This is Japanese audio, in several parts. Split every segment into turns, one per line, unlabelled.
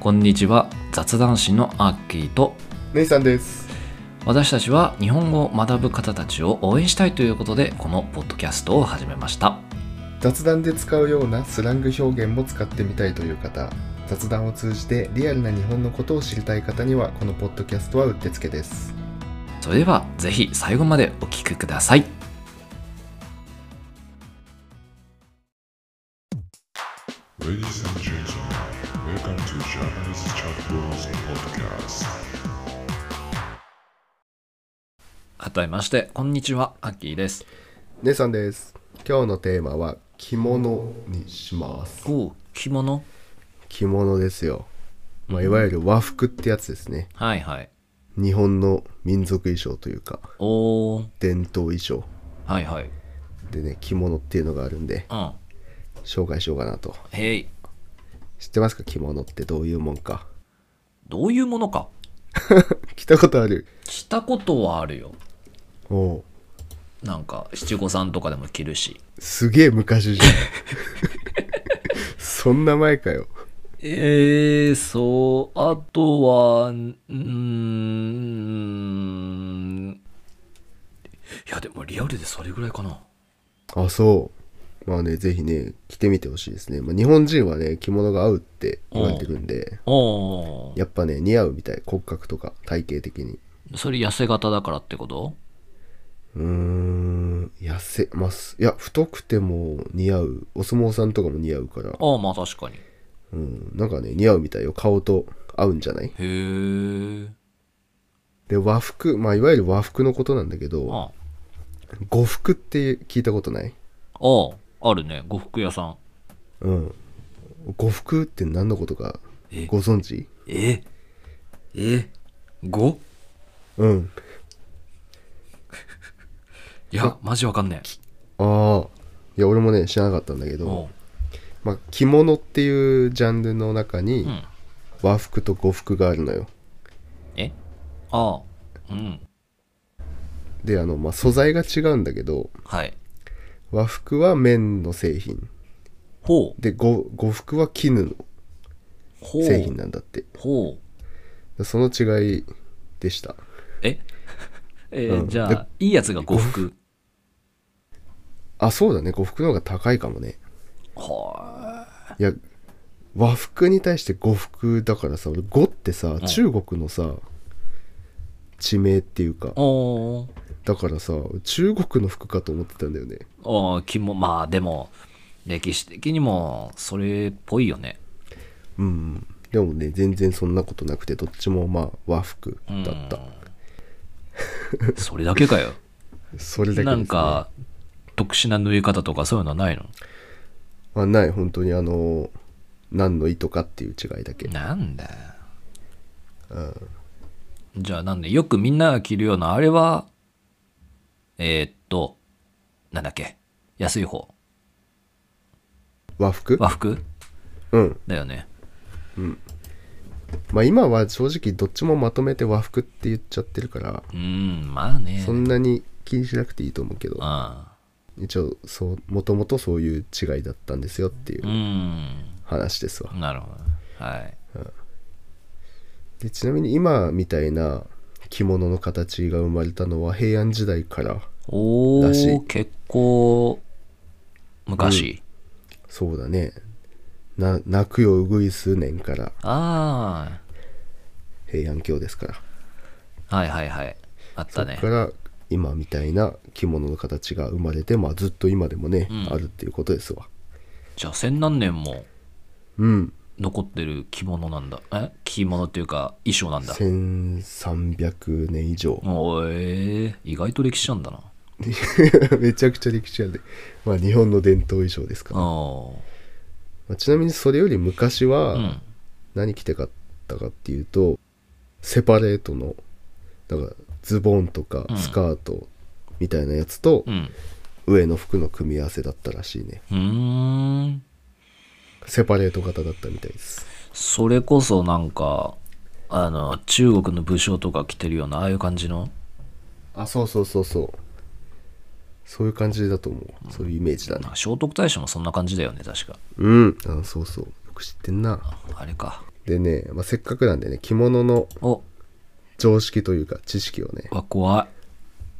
こんにちは雑談師のアッキーと
姉さんです。
私たちは日本語を学ぶ方たちを応援したいということでこのポッドキャストを始めました
雑談で使うようなスラング表現も使ってみたいという方、雑談を通じてリアルな日本のことを知りたい方にはこのポッドキャストはうってつけです。
それではぜひ最後までお聞きください改めましてこんにちはアッキーです
姉さんです。今日のテーマは着物にします。
おお着物
着物ですよ。まあ、いわゆる和服ってやつですね。
はいはい
日本の民族衣装というか
おお
伝統衣装
はいはい
でね着物っていうのがあるんで
うん
紹介しようかなと。
へい
知ってますか着物ってどういうもんか。
どういうものか
着たことある。
着たことはあるよ
おお。
なんか七五三とかでも着るし
すげえ昔じゃん。そんな前かよ。
えー、そう、あとは、んうーん。いや、でもリアルでそれぐらいかな。
あ、そう。まあね、ぜひね、着てみてほしいですね。まあ、日本人はね、着物が合うって言われてるんで、
おー
やっぱね、似合うみたい。骨格とか、体型的に。
それ痩せ型だからってこと
うーん、痩せます。いや、太くても似合う。お相撲さんとかも似合うから、
ああ、まあ確かに。へ
うん、なんかね、似合うみたいよ。顔と合うんじゃない
え。
で、和服、まあ、いわゆる和服のことなんだけ
あ
ど、
あ
呉服って聞いたことない
ああ、あるね。呉服屋さん。
うん。呉服って何のことか
え
ご存知
ええご
うん。
いや、マジわかんね
ああ。いや、俺もね、知らなかったんだけ
え。おう
ど、まあ、着物っていうジャンルの中に
ん、
和服と呉服があるのよ。
えああ、うん。
で、あの、まあ、素材が違うんだけど、
はい。
和服は綿の製品。
ほう。
で、呉呉服は絹の
ほう。
製品なんだって。
ほう。
その違いでした。
え えー
うん
じゃあ、いいやつが呉服。
あ、そうだね。呉服の方が高いかもね。
はい
や、和服に対して呉服だからさ、俺、呉ってさ、中国のさ、地名っていうか
い。、おー
だからさ、中国の服かと思ってたんだよね。
おー、きも、まあでも、歴史的にも、それっぽいよ ね。
うんうん。でもね、全然そんなことなくて、どっちもまあ、和服だった。
それだけかよ。
それだけです、ね。
なんか、特殊な縫い方とかそういうのはないの
あ、ない、本当にあの、何の意図かっていう違いだけ。
なんだよ。じゃあ、なんで、よくみんなが着るような、あれは、えーっと、なんだっけ。安い方。
和服
和服
うん。
だよね。
まあ、今は正直、どっちもまとめて和服って言っちゃってるから、
うーん、まあね。
そんなに気にしなくていいと思うけど。
うん。
一応そうもともとそういう違いだったんですよっていうう
ー
話ですわ、
んなるほどはい
でちなみに今みたいな着物の形が生まれたのは平安時代から
お
らし
お
い
結構昔、
そうだねな泣くようぐいす年から
あ
平安京ですから
あはいはいはいあったね
そこから今みたいな着物の形が生まれて、まあ、ずっと今でもね、あるっていうことですわ
じゃあ千何年も
うん
残ってる着物なんだえ着物っていうか衣装なんだ
1300年以上
おーえー意外と歴史なんだな
めちゃくちゃ歴史あるで、まあ、日本の伝統衣装ですから
あー
まあちなみにそれより昔は
ん
何着てかったかっていうと、セパレートのだからズボンとかスカートみたいなやつと
うん
上の服の組み合わせだったらしいね
うーん
セパレート型だったみたいです
それこそなんかあの中国の武将とか着てるようなああいう感じの
あそうそうそうそうそういう感じだと思うそういうイメージだね
なんか聖徳太子もそんな感じだよね確か
うんあそうそうよく知ってんな
あれか
でね、まあ、せっかくなんでね着物の
お、
常識というか知識をね
わ、怖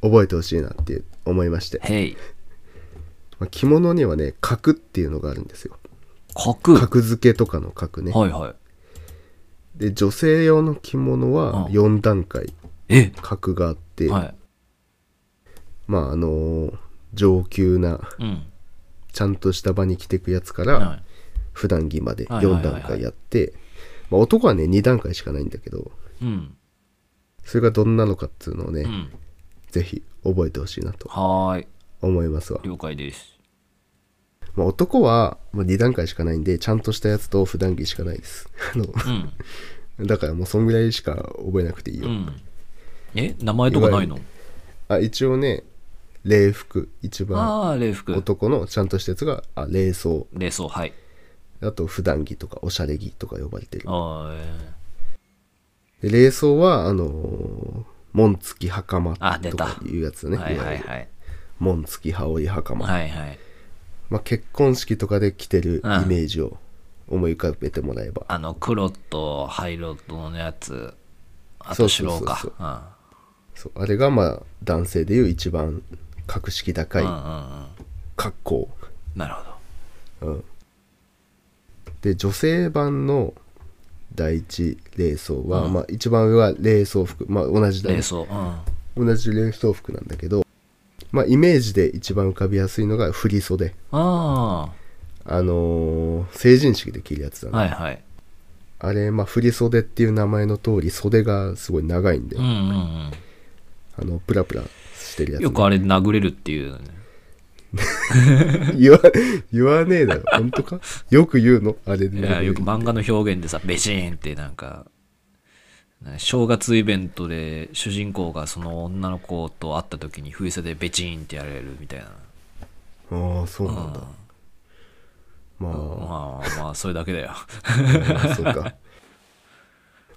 覚えてほしいなって思いまして
い。、へい。
まあ、着物にはね格っていうのがあるんですよ
角。
格付けとかの格ね
はいはい。
で女性用の着物は
うん
4段階
え
格があって、
はい。
まああのー上級な
うん。
ちゃんとした場に着てくやつか
は
ら
い
普段着まで
はいはいは
4
いはい
段階やって、まあ、男はね2段階しかないんだけど
うん。
それがどんなのかっつうのをね、
うん。
ぜひ覚えてほしいなと
はーい。
思いますわ、
了解です。
まあ、男はもう2段階しかないんでちゃんとしたやつと普段着しかないです あの
うん。
だからもうそんぐらいしか覚えなくていいよ、
うん。え名前とかないの
あ一応ね礼服一番
ああー、礼服。
男のちゃんとしたやつがあ礼装
礼装、はい。
あと普段着とかおしゃれ着とか呼ばれてる
あ
で礼装はあのー紋付き袴
あ出
と
た
かいうやつ
ー
ね
はいはい
わゆる
はい。
紋付き羽織袴、
はいはい。
まあ、結婚式とかで着てるイメ
うん
ージを思い浮かべてもらえば、
あの、黒と灰色とのやつ。あ
そう
と
そうそう
白
そう
か。うん
そうあれがまあ男性でいう一番格式高い
うんうんうん。
格好、
なるほど。
うん、で女性版の第一礼装は、
うん
まあ、一番上は礼装服、まあ、同じだね
礼装。うん。
同じ礼装服なんだけど、まあ、イメージで一番浮かびやすいのが振袖
あ
あのー成人式で着るやつだ
あ。
ね、
はいはい。
あれ、まあ、振袖っていう名前の通り袖がすごい長いんで、
うんうん
あのプラプラして
う
るや
ん。
つ、
よくあれ殴れるっていうね。
言わ言わねえだろ本当かよく言うのあれで
いやよく漫画の表現でさ、ベジーンってなんか、ね正月イベントで主人公がその女の子と会った時に冬袖でベチーンってやられるみたいな。
ああそうなんだ
ま
ま
あまあ、それだけだ よ。
あそうか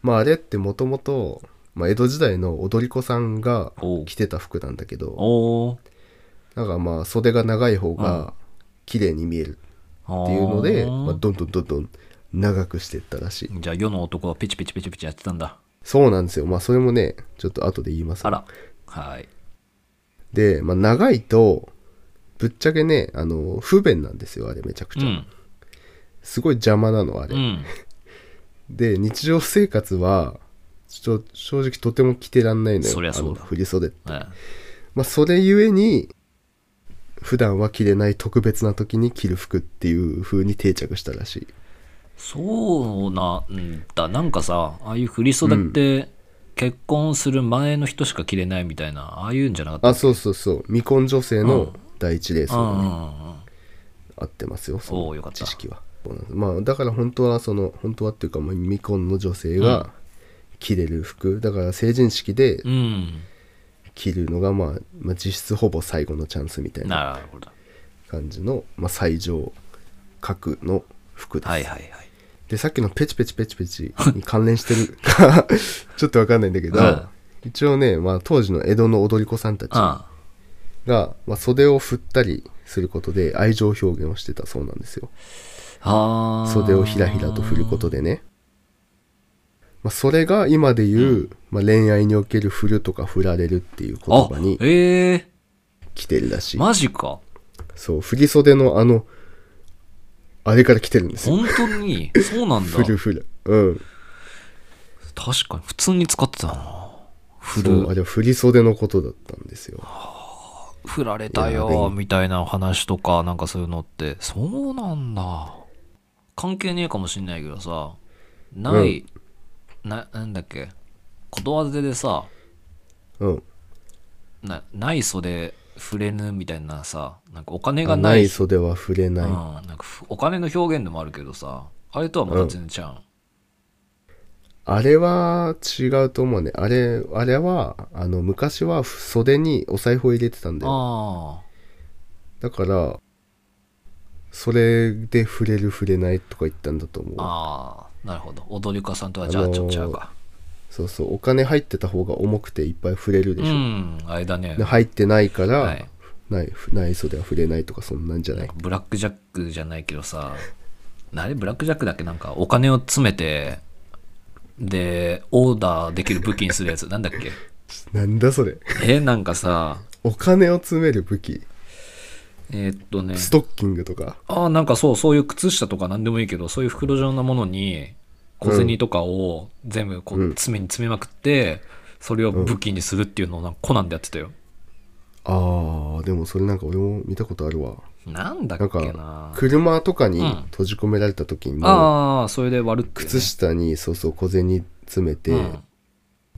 まああれってもともと江戸時代の踊り子さんが
おう
着てた服なんだけど
おー
なんかまあ袖が長い方が綺麗に見える
あー。
っていうので、まあ、どんどんどんどん長くしてったらしい
じゃあ世の男はペチペチペチペチやってたんだ。
そうなんですよまあそれもねちょっと後で言います
あら。はい。
で、まあ、長いとぶっちゃけねあの不便なんですよあれめちゃく
う
ちゃ、
ん。
すごい邪魔なのあれ、
うん。
で日常生活はちょ正直とても着てらんないのよ
そりゃそうだ
あの振袖
ね
まあそれゆえに普段は着れない特別な時に着る服っていう風に定着したらしい
そうなんだ。なんかさ、ああいう振り袖って結婚する前の人しか着れないみたいな、ああいうんじゃなかった
あそうそうそう未婚女性
うん
の第一レース
うんう
に
んうん。
合ってますよ
お
そ
ーよ
の
かった
知識はそうなんですまあだから本当はその本当はっていうかまあ未婚の女性が着れる服、だから成人式で
うん。
着るのが、まあ、まあ実質ほぼ最後のチャンスみたいな
なるほど。
感じの、まあ、最上格の服です、
はいはいはい。
でさっきのペチペチペチ ペチに関連してるちょっとわかんないんだけど、
うん
一応ね、まあ、当時の江戸の踊り子さんたちが、
あ
まあ、袖を振ったりすることで愛情表現をしてたそうなんですよ
あ。
袖をひらひらと振ることでね、まあ、それが今で言う、まあ、恋愛における振るとか振られるっていう言
あ
葉に、
ええ
来てるらしい
マジか。
そう振り袖のあのあれから来てるんですよ
本当に、そうなんだ
振。る振るうん
確かに、普通に使ってたな。振
そうあ
る、
れは振り袖のことだったんですよ
振られた
いや
よ、みたいな話とか、なんかそういうのって、そうなんだ。関係ねえかもしんないけどさ、ない、な、なんだっけ、ことわざでさ、
うん
なない袖触れぬみたいなさ、なんかお金
あ
が
な
ない
い袖は触れない、
うん、なんかふお金の表現でもあるけどさあれとはまた全然ちゃう、
あれは違うと思うねあれあれはあの昔は袖にお財布を入れてたんだよ
あ
だからそれで触れる触れないとか言ったんだと思
あ
う
ああなるほど踊り子さんとはじゃあ
あのー
ちょっとちゃうか、
そうそうお金入ってた方が重くていっぱい触れるでしょ、
うんあれだね
で入ってないから、
はい
ないない袖は触れないとかそんなんじゃない
ブラックジャックじゃないけどさあれブラックジャックだっけなんかお金を詰めてで、オーダーできる武器にするやつ、なんだっけ
なんだそれ
え、なんかさ、
お金を詰める武器
えーっとね、
ストッキングとか
ああ、なんかそう、そういう靴下とか何でもいいけど、そういう袋状なものに、小銭とかを全部こ
うん
う、詰めに詰めまくって、それを武器にするっていうのをなんかコナンでやってたよ。
あーでもそれなんか俺も見たことあるわ
なんだっ
なん
けな
か車とかに
うん
閉じ込められた時にも
ああ、それで割るって、ね。
靴下にそうそう小銭詰めて
うん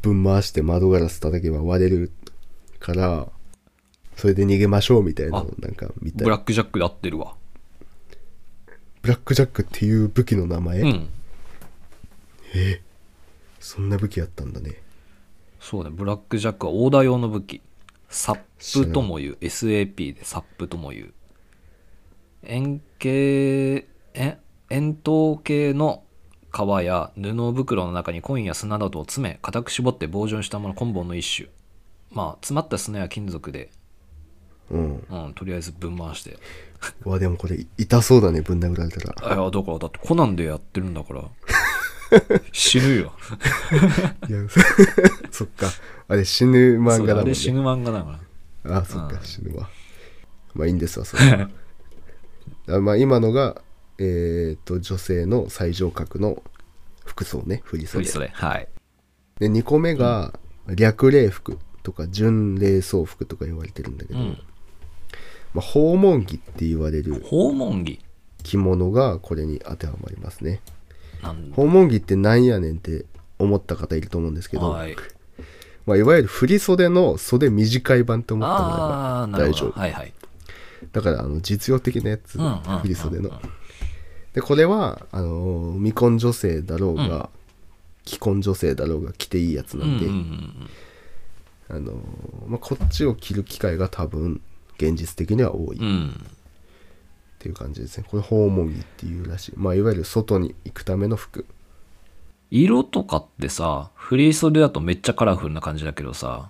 ぶん回して窓ガラス叩けば割れるからそれで逃げましょうみたいなのなんか見た
ブラ
い
ックジャックで合ってるわ。
ブラックジャックっていう武器の名前、
うん。
そんな武器やったんだね
そうね、ブラックジャックはオーダー用の武器。サップとも言う。SAP でサップとも言う。円形、え円筒形の皮や布袋の中にコインや砂などを詰め、固く絞って棒状にしたもの、コンボの一種。まあ、詰まった砂や金属で、
うん
うん、とりあえずぶん回して。
うわでもこれ痛そうだねぶん殴られたら
あいや、だから、だってコナンでやってるんだから。死ぬよ。
いや、 そそっか。あれ死ぬ漫
そう
画だも
あ
んね
れ。死ぬ漫画だから。
あそっか、
うん
死ぬわ。まあいいんですわ、それはあまあ今のが、えっ、と、女性の最上格の服装ね、振り
そ
袖。
れそれ。はい。
で、2個目が、略礼服とか、準礼装服とか言われてるんだけ
う
ど、
ん。
まあ、訪問着って言われる
訪問着
着物がこれに当てはまりますね。
なんだ
訪問着ってなんやねんって思った方いると思うんですけど、
はい。
まあ、いわゆる振り袖の袖短い版と思ったもの
ああー、
が
なる
大
ほ
丈
ど。
夫。
はいはい。
だからあの実用的なやつ、
うんうんうんうん
振り袖の。でこれはあのー未婚女性だろうが、既婚女性だろうが着ていいやつ
う
なん
うんん
で、
うん
あのーまあ、こっちを着る機会が多分現実的には多いっ
うん。うん。
ていう感じですね、これ訪問着っていうらしい、まあ、いわゆる外に行くための服
色とかってさ、フリー袖だとめっちゃカラフルな感じだけどさ、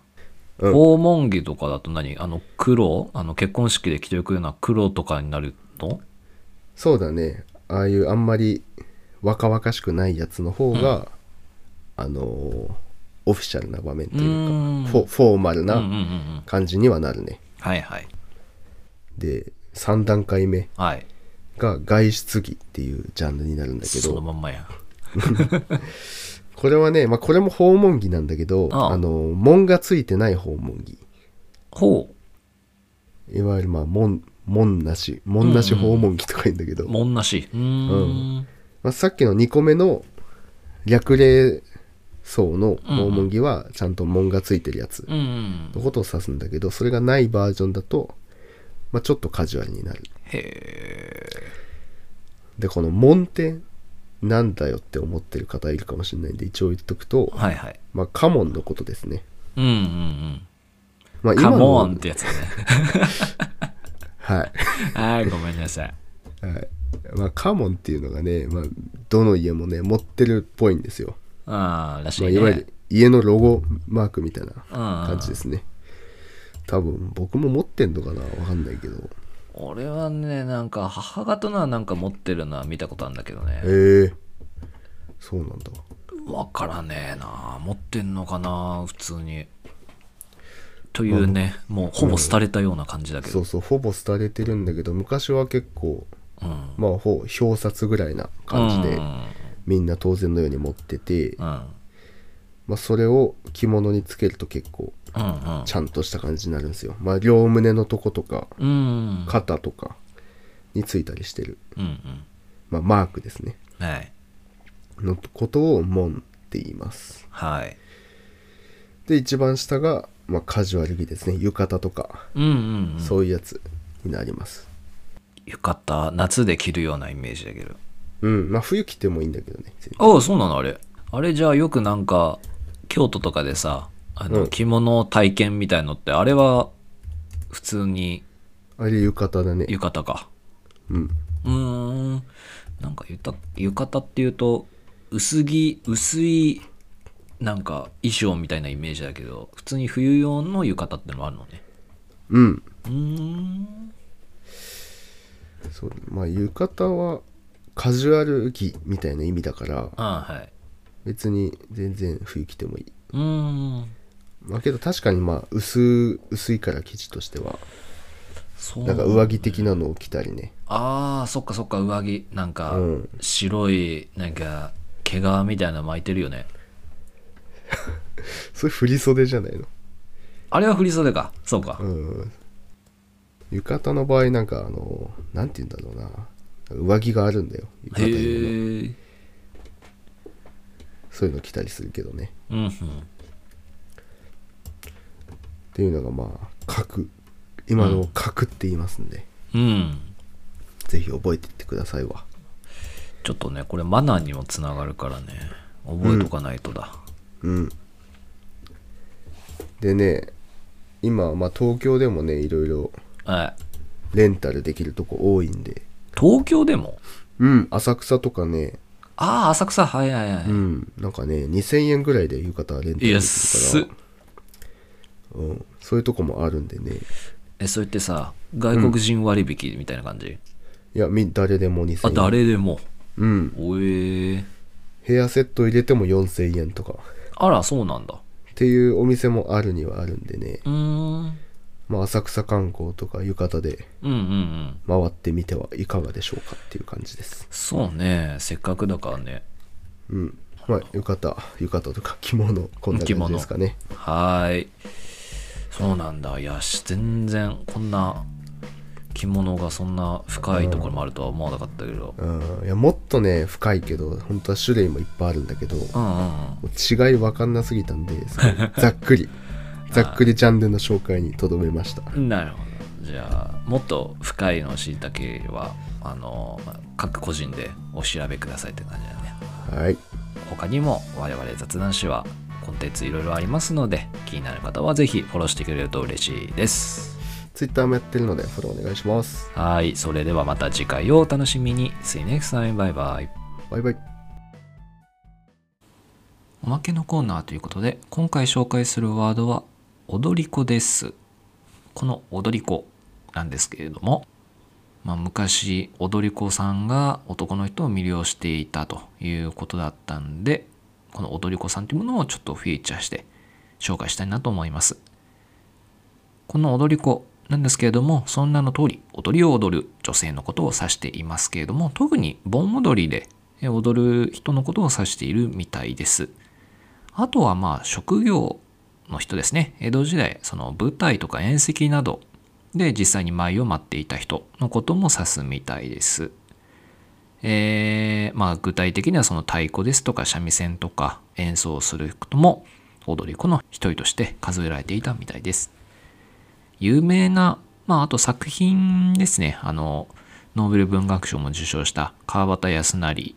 うん
訪問着とかだと何あの黒あの結婚式で着ていくような黒とかになるの
そうだねああいうあんまり若々しくないやつの方が、あのーオフィシャルな場面という
う
か
ん
フォフォーマル
うんうんう
なん
うん。
感じにはなるね、
はいはい。
で3段階目
はい。
が外出着っていうジャンルになるんだけ
その
ど
まんまや。
これはね、まあ、これも訪問着なんだけど
ああ
あの門がついてない訪問着
ほ
いわゆるまあ門門なし門なし訪問着とか言うんだけど、
う。もんなし。うーん。
まあ、さっきの2個目の略礼層の訪問着はちゃんと門がついてるやつ
うんうん。
のことを指すんだけどそれがないバージョンだと、まあ、ちょっとカジュアルになる
へえ。
でこの門ってなんだよって思ってる方いるかもしれないんで一応言っとくと、
はいはい。
まあ、家紋のことですね。
うんうん
まあ、
うん。カモ
の
ーンってやつね。
はい。
はい、ごめんなさい。
はい。まあ、家紋っていうのがね、まあ、どの家もね、持ってるっぽいんですよ。
ああ、らしい
まあ、
ね。
いわゆる家のロゴマークみたいな
感
感じですね。多分、僕も持ってんのかなわかんないけど。
俺はねなんか母方のはなんか持ってるのは見たことあるんだけどね
へえ。そうなんだ。
わからねえな持ってんのかな普通にというね、もうほぼ廃れたような感じだけ
そ
ど、
うそう、ほぼ廃れてるんだけど、昔は結構、
うん
まあ、ほ表札ぐらいな感じで
う、ん
みんな当然のように持ってて、
うん
まあ、それを着物につけると結構、
うん
ちゃんとした感じになるんですよ。まあ、両胸のとことか、
うんうん
肩とかについたりしてる、
うんうん
まあ、マークですね。
はい
のことを門って言います。
はい
で、一番下が、まあ、カジュアル着ですね。浴衣とか、
うんうん、うん、
そういうやつになります。
浴衣夏で着るようなイメージだけど
うん、まあ、冬着てもいいんだけどね。全然
ああそうなのあれあれじゃあよくなんか京都とかでさあ
う
の
ん
着物体験みたいのってあれは普通に
あれ、浴衣だね。
浴衣か
うん。
うーんなんかゆた浴衣っていうと薄着薄いなんか衣装みたいなイメージだけど普通に冬用の浴衣ってのもあるのね
うん。
うーん
そうまあ、浴衣は、カジュアル着みたいな意味だから、
ああはい
別に全然冬着てもいい、
うーん
まあ、けど確かにまあ薄薄いから生地としては
そう
なんか上着的なのを着たりね
ああそっかそっか上着なんか
うん
白いなんか毛皮みたいなの巻いてるよね
それ振り袖じゃないの
あれは振り袖かそうか
うん浴衣の場合なんかあのなんて言うんだろうな上着があるんだよ浴
へ
衣用の
え
そういうの着たりするけどね
うんうん
っていうのがまあ角今のを角って言いますんで、
うん
ぜひ覚えていってくださいわ
ちょっとねこれマナーにもつながるからね覚えとかないとだ、
うんでね今まあ東京でもねいろいろ
はい
レンタルできるとこ多いんで
東京でも
うん浅草とかね
ああ浅草はいはいはい、
うんなんかね2000円ぐらいで浴衣レンタ
い
ルでき
や
る
す
からうん、そういうとこもあるんでね
えそれってさ外国人割引みたいな感じ、
いやみ誰でも2000
あ
円
誰でも
うん
おえー、
ヘアセット入れても4000円とか
あらそうなんだ
っていうお店もあるにはあるんでね、
うーんうん
まあ、浅草観光とか浴衣で
うんうん
回ってみてはいかがでしょうかっていう感じです
そうねせっかくだからね
うんまあ浴衣浴衣とか着物こんな感じですかね
はーいそうなんだいやし全然こんな着物がそんな深いところもあるとは思わなかったけど
うんいやもっとね深いけど本当は種類もいっぱいあるんだけども
うんうんうん
う違い分かんなすぎたん ですごいざっくりざっくりジャンルの紹介にとどめました
なるほどじゃあもっと深いのを知りたければあのまあ各個人でお調べくださいって感じだね
はい
他にも我々雑談師はコンテンツいろいろありますので気になる方はぜひフォローしてくれると嬉しいです
ツイッターもやってるのでフォローお願いします
はいそれではまた次回をお楽しみに See you next time バイバイ
バイバイ
おまけのコーナーということで今回紹介するワードは踊り子ですこの踊り子なんですけれども、まあ、昔踊り子さんが男の人を魅了していたということだったんでこの踊り子さんというものをちょっとフィーチャーして紹介したいなと思いますこの踊り子なんですけれどもその名の通り踊りを踊る女性のことを指していますけれども特に盆踊りでえ踊る人のことを指しているみたいですあとはまあ職業の人ですね。江戸時代、その舞台とか宴席などで実際に舞を待っていた人のことも指すみたいです。えーまあ具体的にはその太鼓ですとか三味線とか演奏をすることも踊り子の一人として数えられていたみたいです。有名な、まああと作品ですね。あの、ノーベル文学賞も受賞した川端康成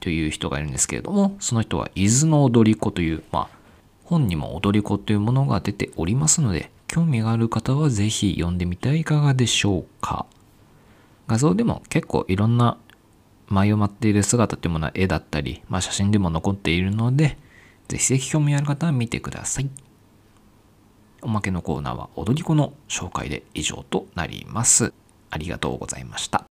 という人がいるんですけれどもその人は伊豆の踊り子という、まあ、本にも踊り子というものが出ておりますので興味がある方はぜひ読んでみてはいかがでしょうか画像でも結構いろんな舞を舞っている姿というものは絵だったり、まあ、写真でも残っているのでぜひぜひ興味ある方は見てくださいおまけのコーナーは踊り子の紹介で以上となりますありがとうございました